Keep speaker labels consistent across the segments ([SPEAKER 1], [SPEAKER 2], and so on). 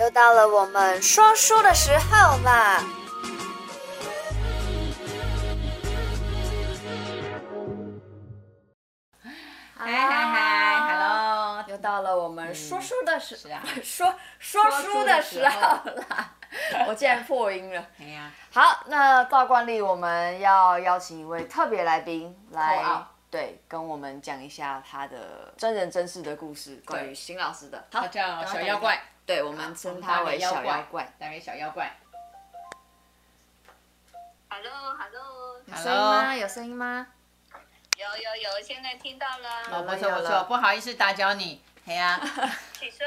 [SPEAKER 1] 又到了我们说书的时候啦！
[SPEAKER 2] 嗨嗨嗨，Hello！
[SPEAKER 1] 又到了我们说书的时、
[SPEAKER 2] 是啊
[SPEAKER 1] 说说书的时候
[SPEAKER 2] 说
[SPEAKER 1] 啦！ 我竟然破音了。
[SPEAKER 2] 哎呀，
[SPEAKER 1] 好，那照惯例，我们要邀请一位特别来宾来
[SPEAKER 2] Call out，
[SPEAKER 1] 对，跟我们讲一下他的真人真事的故事，关于邢老师的。好
[SPEAKER 2] 他叫小
[SPEAKER 1] 赶快
[SPEAKER 2] 妖怪，
[SPEAKER 1] 对，我们称他为小妖怪。
[SPEAKER 2] 大为小妖怪。
[SPEAKER 3] Hello Hello，
[SPEAKER 1] 有
[SPEAKER 2] Hello，
[SPEAKER 1] 有声音吗？
[SPEAKER 3] 有有有，现在听到
[SPEAKER 2] 哦，
[SPEAKER 3] 了，
[SPEAKER 2] 不错不错，不好意思打搅你。哎呀，
[SPEAKER 3] 起说。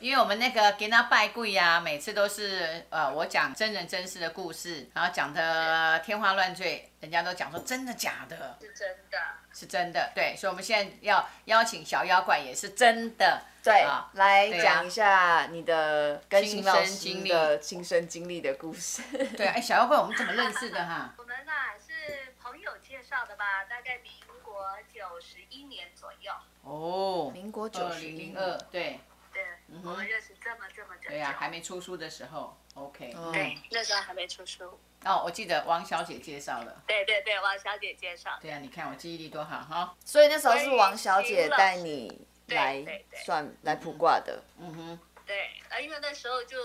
[SPEAKER 2] 因为我们那个给他拜跪呀、每次都是呃，我讲真人真事的故事，然后讲的天花乱坠，人家都讲说真的假的，
[SPEAKER 3] 是真的，
[SPEAKER 2] 是真的。对，所以我们现在要邀请小妖怪也是真的。
[SPEAKER 1] 对
[SPEAKER 2] 啊，
[SPEAKER 1] 来
[SPEAKER 2] 对啊
[SPEAKER 1] 讲一下你的跟
[SPEAKER 2] 亲
[SPEAKER 1] 邢老
[SPEAKER 2] 身
[SPEAKER 1] 师
[SPEAKER 2] 经历
[SPEAKER 1] 的亲身经历的故事。
[SPEAKER 2] 对，哎，小妖怪我们怎么认识的哈？
[SPEAKER 3] 我们啊是朋友介绍的吧？大概民国九十一年左右，
[SPEAKER 2] 哦，
[SPEAKER 1] 民国九
[SPEAKER 2] 二
[SPEAKER 1] 十
[SPEAKER 2] 零
[SPEAKER 1] 一
[SPEAKER 2] 零二，对
[SPEAKER 3] 对，
[SPEAKER 2] 哼
[SPEAKER 3] 我们认识这么这么久。
[SPEAKER 2] 对呀、还没出书的时候。OK，、
[SPEAKER 1] 哦
[SPEAKER 3] 对，那时候还没出书。
[SPEAKER 2] 哦，我记得王小姐介绍了。
[SPEAKER 3] 对对对，王小姐介绍。
[SPEAKER 2] 对呀、啊你看我记忆力多好哈。
[SPEAKER 1] 所以那时候是王小姐带你
[SPEAKER 3] 对
[SPEAKER 1] 来
[SPEAKER 3] 对对
[SPEAKER 1] 算来卜卦的。
[SPEAKER 2] 嗯哼，
[SPEAKER 3] 对，啊，因为那时候就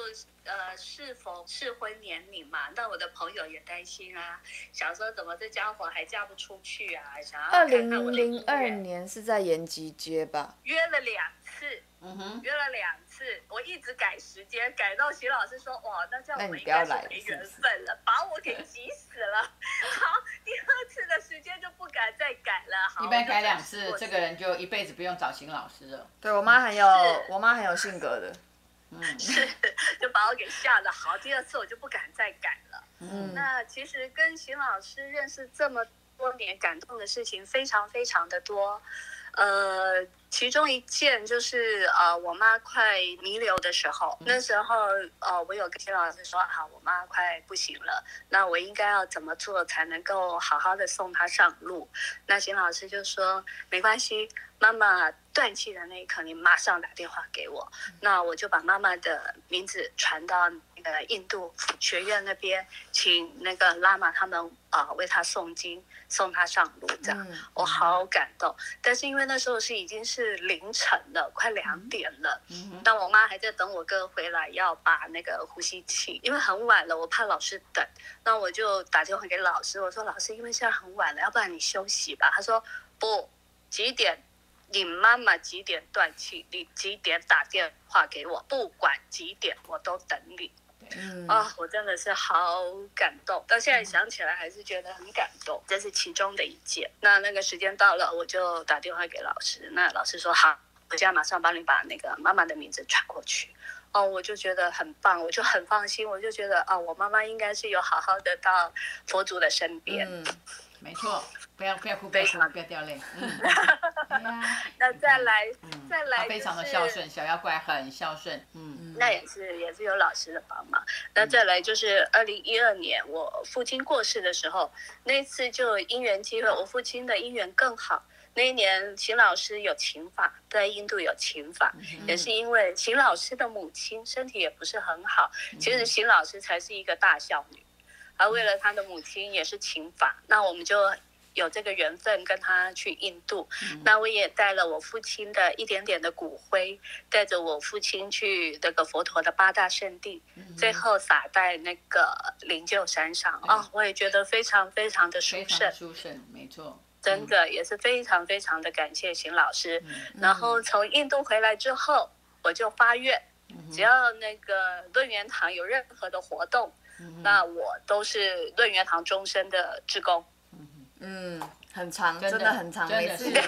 [SPEAKER 3] 呃适逢适婚年龄嘛，那我的朋友也担心啊，想说怎么这家伙还嫁不出去啊，想要
[SPEAKER 1] 二
[SPEAKER 3] 看看
[SPEAKER 1] 零
[SPEAKER 3] 我的
[SPEAKER 1] 零二
[SPEAKER 3] 姻缘
[SPEAKER 1] 年是在延吉街吧？
[SPEAKER 3] 约了两次，
[SPEAKER 2] 嗯哼，
[SPEAKER 3] 约了两次，我一直改时间，改到徐老师说，哇，那这样
[SPEAKER 1] 那
[SPEAKER 3] 我
[SPEAKER 1] 你
[SPEAKER 3] 们应
[SPEAKER 1] 不要
[SPEAKER 3] 该是
[SPEAKER 1] 来
[SPEAKER 3] 没
[SPEAKER 1] 是不
[SPEAKER 3] 缘
[SPEAKER 1] 是
[SPEAKER 3] 分了，把我给急死了。 好，第二次的时间就不敢再改了。好，
[SPEAKER 2] 一般
[SPEAKER 3] 我就
[SPEAKER 2] 改
[SPEAKER 3] 这样
[SPEAKER 2] 两次
[SPEAKER 3] 过，
[SPEAKER 2] 这
[SPEAKER 3] 去
[SPEAKER 2] 个人就一辈子不用找邢老师了。
[SPEAKER 1] 对我妈很有
[SPEAKER 3] 嗯是
[SPEAKER 1] 我妈很有性格的。
[SPEAKER 3] 就把我给吓得好，第二次我就不敢再改了。
[SPEAKER 1] 嗯，
[SPEAKER 3] 那其实跟邢老师认识这么多年，感动的事情非常非常的多。呃，其中一件就是呃，我妈快弥留的时候，那时候呃，我有跟邢老师说啊，我妈快不行了，那我应该要怎么做才能够好好的送她上路？那邢老师就说没关系，妈妈断气的那一刻，你马上打电话给我。那我就把妈妈的名字传到那个印度学院那边，请那个喇嘛他们啊、呃为她诵经，送她上路这样。
[SPEAKER 1] 嗯
[SPEAKER 3] 我好感动，但是因为那时候是已经是凌晨了，快两点了，
[SPEAKER 2] 嗯哼，
[SPEAKER 3] 那我妈还在等我哥回来，要把那个呼吸器，因为很晚了，我怕老师等，那我就打电话给老师，我说老师，因为现在很晚了，要不然你休息吧。他说不，几点？你妈妈几点断气？你几点打电话给我？不管几点，我都等你。
[SPEAKER 1] 嗯
[SPEAKER 3] 啊、我真的是好感动，到
[SPEAKER 2] 嗯
[SPEAKER 3] 现在想起来还是觉得很感动，这是其中的一件。那那个时间到了，我就打电话给老师，那老师说好，我现在马上帮你把那个妈妈的名字传过去。哦，我就觉得很棒，我就很放心，我就觉得啊、我妈妈应该是有好好的到佛祖的身边。
[SPEAKER 1] 嗯，
[SPEAKER 2] 没错，不要不要哭，不要
[SPEAKER 3] 非常
[SPEAKER 2] 哭，不要掉泪。嗯，对呀
[SPEAKER 3] 那再来，
[SPEAKER 2] 嗯
[SPEAKER 3] 再来、
[SPEAKER 2] 他
[SPEAKER 3] 就是，
[SPEAKER 2] 非常的孝顺，小妖怪很孝顺。嗯，
[SPEAKER 3] 那也是也是有老师的帮忙。那再来就是二零一二年我父亲过世的时候，那一次就因缘机会，我父亲的姻缘更好。那一年秦老师有请法，在印度有请法，
[SPEAKER 2] 嗯
[SPEAKER 3] 也是因为秦老师的母亲身体也不是很好，其
[SPEAKER 2] 嗯
[SPEAKER 3] 实秦老师才是一个大孝女，而为了他的母亲也是请法，那我们就。有这个缘分跟他去印度，
[SPEAKER 2] 嗯
[SPEAKER 3] 那我也带了我父亲的一点点的骨灰，带着我父亲去那个佛陀的八大圣地，
[SPEAKER 2] 嗯
[SPEAKER 3] 最后撒在那个灵鹫山上啊、我也觉得非常非常的殊
[SPEAKER 2] 非常
[SPEAKER 3] 胜
[SPEAKER 2] 的，殊胜，没错。
[SPEAKER 3] 真的也是非常非常的感谢邢老师。
[SPEAKER 2] 嗯
[SPEAKER 3] 然后从印度回来之后，我就发愿，
[SPEAKER 2] 嗯
[SPEAKER 3] 只要那个论元堂有任何的活动，
[SPEAKER 2] 嗯
[SPEAKER 3] 那我都是论元堂终身的职工。
[SPEAKER 1] 嗯，很长，
[SPEAKER 2] 真
[SPEAKER 1] 真
[SPEAKER 2] 的
[SPEAKER 1] 的很长，
[SPEAKER 2] 真
[SPEAKER 1] 每
[SPEAKER 2] 的
[SPEAKER 1] 次
[SPEAKER 2] 是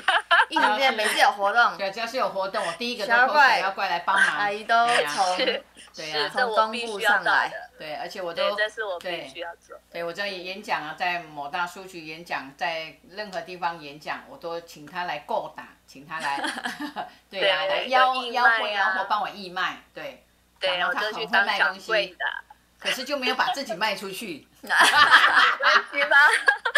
[SPEAKER 1] 一直变，每次有活动，
[SPEAKER 2] 对，只要是有活动，我第一个都
[SPEAKER 1] 小妖
[SPEAKER 2] 扣
[SPEAKER 1] 怪
[SPEAKER 2] 小妖怪来帮
[SPEAKER 1] 阿
[SPEAKER 2] 忙。
[SPEAKER 1] 姨都
[SPEAKER 2] 对啊呀
[SPEAKER 1] 从
[SPEAKER 3] 是
[SPEAKER 2] 对
[SPEAKER 3] 是
[SPEAKER 2] 呀，
[SPEAKER 3] 这我
[SPEAKER 1] 从
[SPEAKER 3] 必
[SPEAKER 1] 东部
[SPEAKER 3] 须要
[SPEAKER 1] 上
[SPEAKER 3] 到
[SPEAKER 1] 来
[SPEAKER 3] 的，
[SPEAKER 2] 对，而且我
[SPEAKER 3] 对
[SPEAKER 2] 都，
[SPEAKER 3] 这是我必
[SPEAKER 2] 对
[SPEAKER 3] 须要做。
[SPEAKER 2] 对，我在演讲啊，在某大书局演讲，在任何地方演讲，我都请他来够打，请他来，对啊，
[SPEAKER 3] 对
[SPEAKER 2] 来
[SPEAKER 3] 有
[SPEAKER 2] 邀
[SPEAKER 3] 义
[SPEAKER 2] 邀
[SPEAKER 3] 卖
[SPEAKER 2] 会
[SPEAKER 3] 啊
[SPEAKER 2] 啊，或帮我义卖，对。
[SPEAKER 3] 对，
[SPEAKER 2] 然后
[SPEAKER 3] 我
[SPEAKER 2] 他
[SPEAKER 3] 就
[SPEAKER 2] 很
[SPEAKER 3] 去
[SPEAKER 2] 会
[SPEAKER 3] 当
[SPEAKER 2] 卖
[SPEAKER 3] 掌
[SPEAKER 2] 东
[SPEAKER 3] 柜
[SPEAKER 2] 西，
[SPEAKER 3] 的。
[SPEAKER 2] 可是就没有把自己卖出 去，
[SPEAKER 3] 对吧？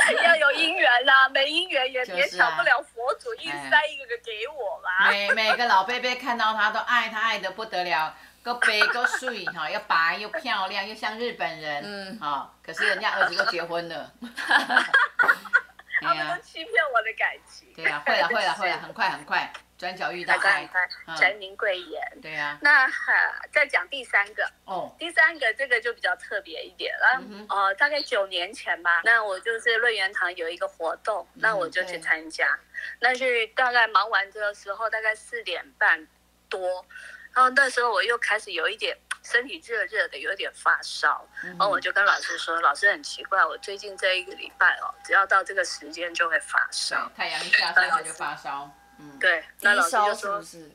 [SPEAKER 3] 要有姻缘啦，没姻缘也
[SPEAKER 2] 就是啊哎
[SPEAKER 3] 别抢不了佛祖，硬塞一个给我吧。
[SPEAKER 2] 每每个老贝贝看到他都爱他爱的不得了，够白够水哈，又白又漂亮，又像日本人，嗯，哈、可是人家儿子都结婚 了，
[SPEAKER 3] 他
[SPEAKER 2] 哎
[SPEAKER 3] 们
[SPEAKER 2] 呀
[SPEAKER 3] 都，欺骗我的感情。
[SPEAKER 2] 对呀、会了啊会了会了，
[SPEAKER 3] 是
[SPEAKER 2] 很快很快，转角遇到
[SPEAKER 3] 大家
[SPEAKER 2] 爱
[SPEAKER 3] 很，快
[SPEAKER 2] 嗯
[SPEAKER 3] 陈明贵言。
[SPEAKER 2] 对啊呀、
[SPEAKER 3] 那、呃再讲第三个，
[SPEAKER 2] 哦，
[SPEAKER 3] 第三个这个就比较特别一点了。
[SPEAKER 2] 嗯
[SPEAKER 3] 呃，大概九年前吧，那我就是瑞元堂有一个活动，那我就去参加。那是大概忙完的时候，大概四点半多，然后那时候我又开始有一点身体热热的，有点发烧。
[SPEAKER 2] 嗯
[SPEAKER 3] 然后我就跟老师说，老师很奇怪，我最近这一个礼拜哦，只要到这个时间就会发烧。
[SPEAKER 2] 对，太阳一下山他就发烧，嗯，
[SPEAKER 3] 对，那
[SPEAKER 1] 低
[SPEAKER 3] 老师
[SPEAKER 1] 烧
[SPEAKER 3] 就是
[SPEAKER 1] 不
[SPEAKER 3] 说，
[SPEAKER 1] 是？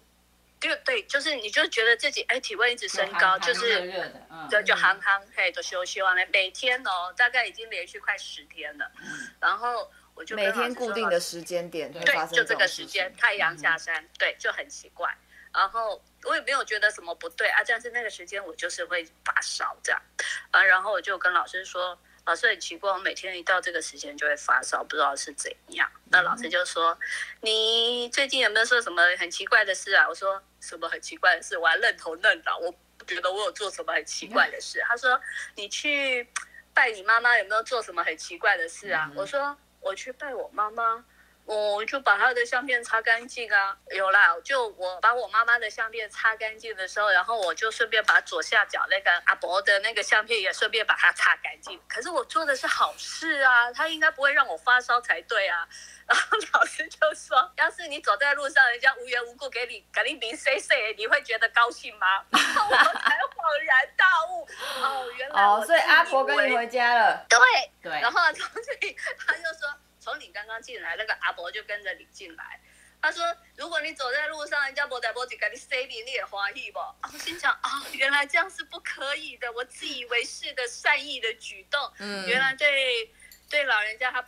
[SPEAKER 3] 就对，就是你就觉得自己哎体温一直升
[SPEAKER 2] 寒
[SPEAKER 3] 高，
[SPEAKER 2] 寒
[SPEAKER 3] 就是
[SPEAKER 2] 热热的，嗯，
[SPEAKER 3] 对，就行行嘿，就休息完了。每天哦，大概已经连续快十天了。然后我就
[SPEAKER 1] 嗯
[SPEAKER 3] 跟
[SPEAKER 1] 每
[SPEAKER 3] 老
[SPEAKER 1] 天
[SPEAKER 3] 师
[SPEAKER 1] 固
[SPEAKER 3] 说
[SPEAKER 1] 定
[SPEAKER 3] 老
[SPEAKER 1] 的
[SPEAKER 3] 师
[SPEAKER 1] 时间点会发
[SPEAKER 3] 对，
[SPEAKER 1] 生
[SPEAKER 3] 就这
[SPEAKER 1] 种
[SPEAKER 3] 个
[SPEAKER 1] 事
[SPEAKER 3] 时
[SPEAKER 1] 情嗯
[SPEAKER 3] 间太阳下山，对，就很奇怪。然后我也没有觉得什么不对啊，但是那个时间我就是会发烧这样，啊，然后我就跟老师说，老师很奇怪，我每天一到这个时间就会发烧，不知道是怎样。那老
[SPEAKER 1] 嗯
[SPEAKER 3] 师就说，你最近有没有做什么很奇怪的事啊？我说什么很奇怪的事，我还愣头愣脑，我不觉得我有做什么很奇怪的事。他说你去拜你妈妈有没有做什么很奇怪的事啊？
[SPEAKER 2] 嗯
[SPEAKER 3] 我说我去拜我妈妈，我就把她的相片擦干净啊。有啦，就我把我妈妈的相片擦干净的时候，然后我就顺便把左下角那个阿伯的那个相片也顺便把它擦干净。可是我做的是好事啊，他应该不会让我发烧才对啊。然后老师就说，要是你走在路上，人家无缘无故给你给你零碎碎，你会觉得高兴吗？ 然后我才恍然大悟，哦，原来我
[SPEAKER 1] 哦，所以
[SPEAKER 3] 自
[SPEAKER 1] 阿婆跟
[SPEAKER 3] 以为
[SPEAKER 1] 你回家了，
[SPEAKER 3] 对，
[SPEAKER 2] 对，
[SPEAKER 3] 然后从这里他就说，从你刚刚进来，那个阿伯就跟着你进来。他说，如果你走在路上，人家波仔波仔给你塞你，你也欢喜不？啊我心想啊、原来这样是不可以的，我自以为是的善意的举动，
[SPEAKER 1] 嗯
[SPEAKER 3] 原来对对老人家他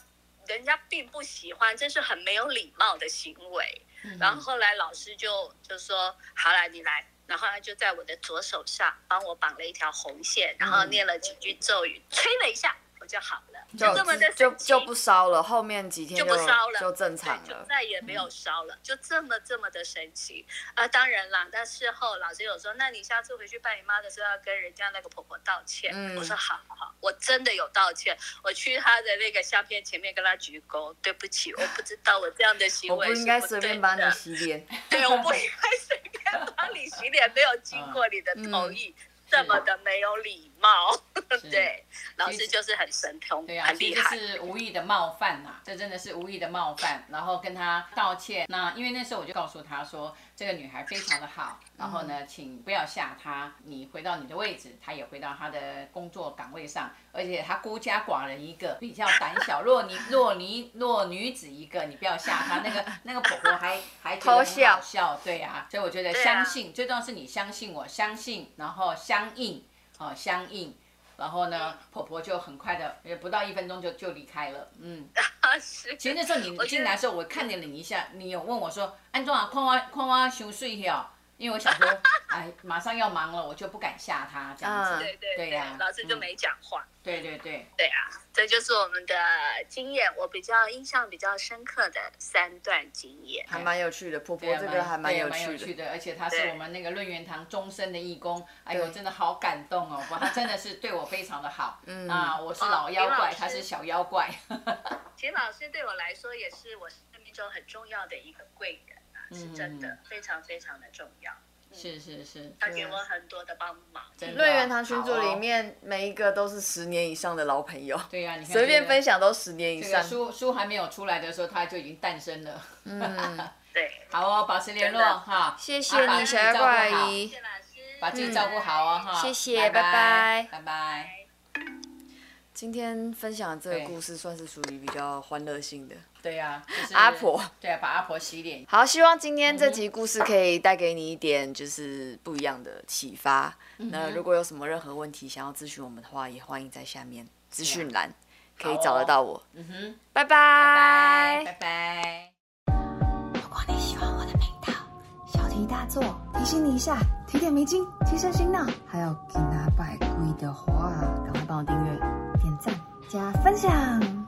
[SPEAKER 3] 人家并不喜欢，这是很没有礼貌的行为。然后后来老师就就说：“好了，你来。”然后他就在我的左手上帮我绑了一条红线，然后念了几句咒语，吹了一下，我就好了，
[SPEAKER 1] 就
[SPEAKER 3] 这么的
[SPEAKER 1] 就
[SPEAKER 3] 神奇
[SPEAKER 1] 就不烧了，后面几天
[SPEAKER 3] 就不烧了
[SPEAKER 1] 就正
[SPEAKER 3] 对
[SPEAKER 1] 常，
[SPEAKER 3] 就
[SPEAKER 1] 了。嗯
[SPEAKER 3] 再也没有烧了，就这么这么的神奇啊！当然啦，那事后老师有说，那你下次回去拜你妈的时候要跟人家那个婆婆道歉。
[SPEAKER 1] 嗯
[SPEAKER 3] 我说好好好，我真的有道歉，我去她的那个相片前面跟她鞠躬，对不起，我不知道我这样的行
[SPEAKER 1] 我
[SPEAKER 3] 为
[SPEAKER 1] 不应该随便帮
[SPEAKER 3] 帮
[SPEAKER 1] 你洗 脸，
[SPEAKER 3] 对，我不应该随便 帮你洗脸，没有经过你的
[SPEAKER 1] 嗯
[SPEAKER 3] 同意，这么的没有礼貌。
[SPEAKER 2] 是
[SPEAKER 3] 对，老师就是很神通，
[SPEAKER 2] 对啊，
[SPEAKER 3] 很
[SPEAKER 2] 其
[SPEAKER 3] 厉
[SPEAKER 2] 实
[SPEAKER 3] 害。
[SPEAKER 2] 是无意的冒犯呐、这真的是无意的冒犯，然后跟他道歉。那因为那时候我就告诉他说，这个女孩非常的好，然后呢，请不要吓她，你回到你的位置，她也回到她的工作岗位上，而且她孤家寡人一个，比较胆小，弱女弱女弱女子一个，你不要吓她。那个那个婆婆还还觉得
[SPEAKER 1] 偷
[SPEAKER 2] 很
[SPEAKER 1] 笑
[SPEAKER 2] 好笑，对啊，所以我觉得
[SPEAKER 3] 对啊
[SPEAKER 2] 相信、最重要是你相信我，相信，然后相应，哦，相应。然后
[SPEAKER 3] 嗯
[SPEAKER 2] 呢，婆婆就很快的，也不到一分钟就就离开了。 嗯，
[SPEAKER 3] 是
[SPEAKER 2] 其实那时候你
[SPEAKER 3] 我觉得
[SPEAKER 2] 进来的时候，我看见你一下，你有问我说：“安总啊，看我看我胸碎哦。”因为我 想说，哎，马上要忙了，我就不敢吓她这样子。
[SPEAKER 1] 嗯
[SPEAKER 3] 对
[SPEAKER 2] 对
[SPEAKER 3] 对对，
[SPEAKER 2] 呀
[SPEAKER 3] 老师就
[SPEAKER 2] 嗯
[SPEAKER 3] 没讲话。
[SPEAKER 2] 对对对，
[SPEAKER 3] 对啊，这就是我们的经验，我比较印象比较深刻的三段经验。
[SPEAKER 1] 还蛮有趣的。婆
[SPEAKER 2] 对
[SPEAKER 1] 婆
[SPEAKER 2] 啊
[SPEAKER 1] 这个还蛮
[SPEAKER 2] 对啊
[SPEAKER 1] 有
[SPEAKER 2] 蛮有
[SPEAKER 1] 趣
[SPEAKER 2] 趣
[SPEAKER 1] 的，
[SPEAKER 2] 的，而且她是
[SPEAKER 3] 对
[SPEAKER 2] 我们那个论元堂终身的义工。哎呦，
[SPEAKER 1] 对
[SPEAKER 2] 真的好感动哦！哇，她真的是对我非常的好。嗯啊，我是
[SPEAKER 3] 哦
[SPEAKER 2] 老妖
[SPEAKER 3] 林老
[SPEAKER 2] 怪，
[SPEAKER 3] 师
[SPEAKER 2] 她是小妖怪。
[SPEAKER 1] 嗯
[SPEAKER 3] 其实老师对我来说也是我生命中很重要的一个贵人啊，是真的
[SPEAKER 2] 嗯，
[SPEAKER 3] 非常非常的重要。
[SPEAKER 2] 是是是，
[SPEAKER 3] 他给我很多的帮忙。
[SPEAKER 2] 真的。
[SPEAKER 1] 瑞元堂群组
[SPEAKER 2] 好
[SPEAKER 1] 里
[SPEAKER 2] 哦，
[SPEAKER 1] 面每一个都是十年以上的老朋友，
[SPEAKER 2] 对啊呀，你看
[SPEAKER 1] 随
[SPEAKER 2] 这
[SPEAKER 1] 便
[SPEAKER 2] 个
[SPEAKER 1] 分享都十年以
[SPEAKER 2] 这个
[SPEAKER 1] 上。
[SPEAKER 2] 书书还没有出来的时候，它就已经诞生了。
[SPEAKER 3] 对，
[SPEAKER 2] 好哦，保持联络
[SPEAKER 3] 真的
[SPEAKER 1] 嗯
[SPEAKER 2] 哈。
[SPEAKER 1] 谢
[SPEAKER 2] 啊
[SPEAKER 1] 谢
[SPEAKER 2] 把
[SPEAKER 1] 你，
[SPEAKER 2] 自己
[SPEAKER 1] 小妖
[SPEAKER 2] 照顾
[SPEAKER 1] 怪
[SPEAKER 2] 好
[SPEAKER 1] 阿姨。嗯
[SPEAKER 3] 谢谢老师，
[SPEAKER 2] 把自己照顾好哦哈。
[SPEAKER 1] 谢谢
[SPEAKER 2] 拜
[SPEAKER 1] 拜
[SPEAKER 2] 拜拜。
[SPEAKER 1] 今天分享的这
[SPEAKER 2] 对
[SPEAKER 1] 个故事算是属于比较欢乐性的。
[SPEAKER 2] 对呀，就是
[SPEAKER 1] 阿婆。
[SPEAKER 2] 对啊，把阿婆洗脸。
[SPEAKER 1] 好，希望今天这集故事可以带给你一点就是不一样的启发。
[SPEAKER 2] 嗯
[SPEAKER 1] 那如果有什么任何问题想要咨询我们的话，也欢迎在下面资讯栏可以找得到我。
[SPEAKER 2] 嗯哼，
[SPEAKER 1] 拜拜。
[SPEAKER 2] 啊拜拜拜。
[SPEAKER 4] 如果你喜欢我的频道，小题大做提醒你一下，提点迷津，提升醒脑。还有给拿百贵的话，赶快帮我订阅、点赞、加分享。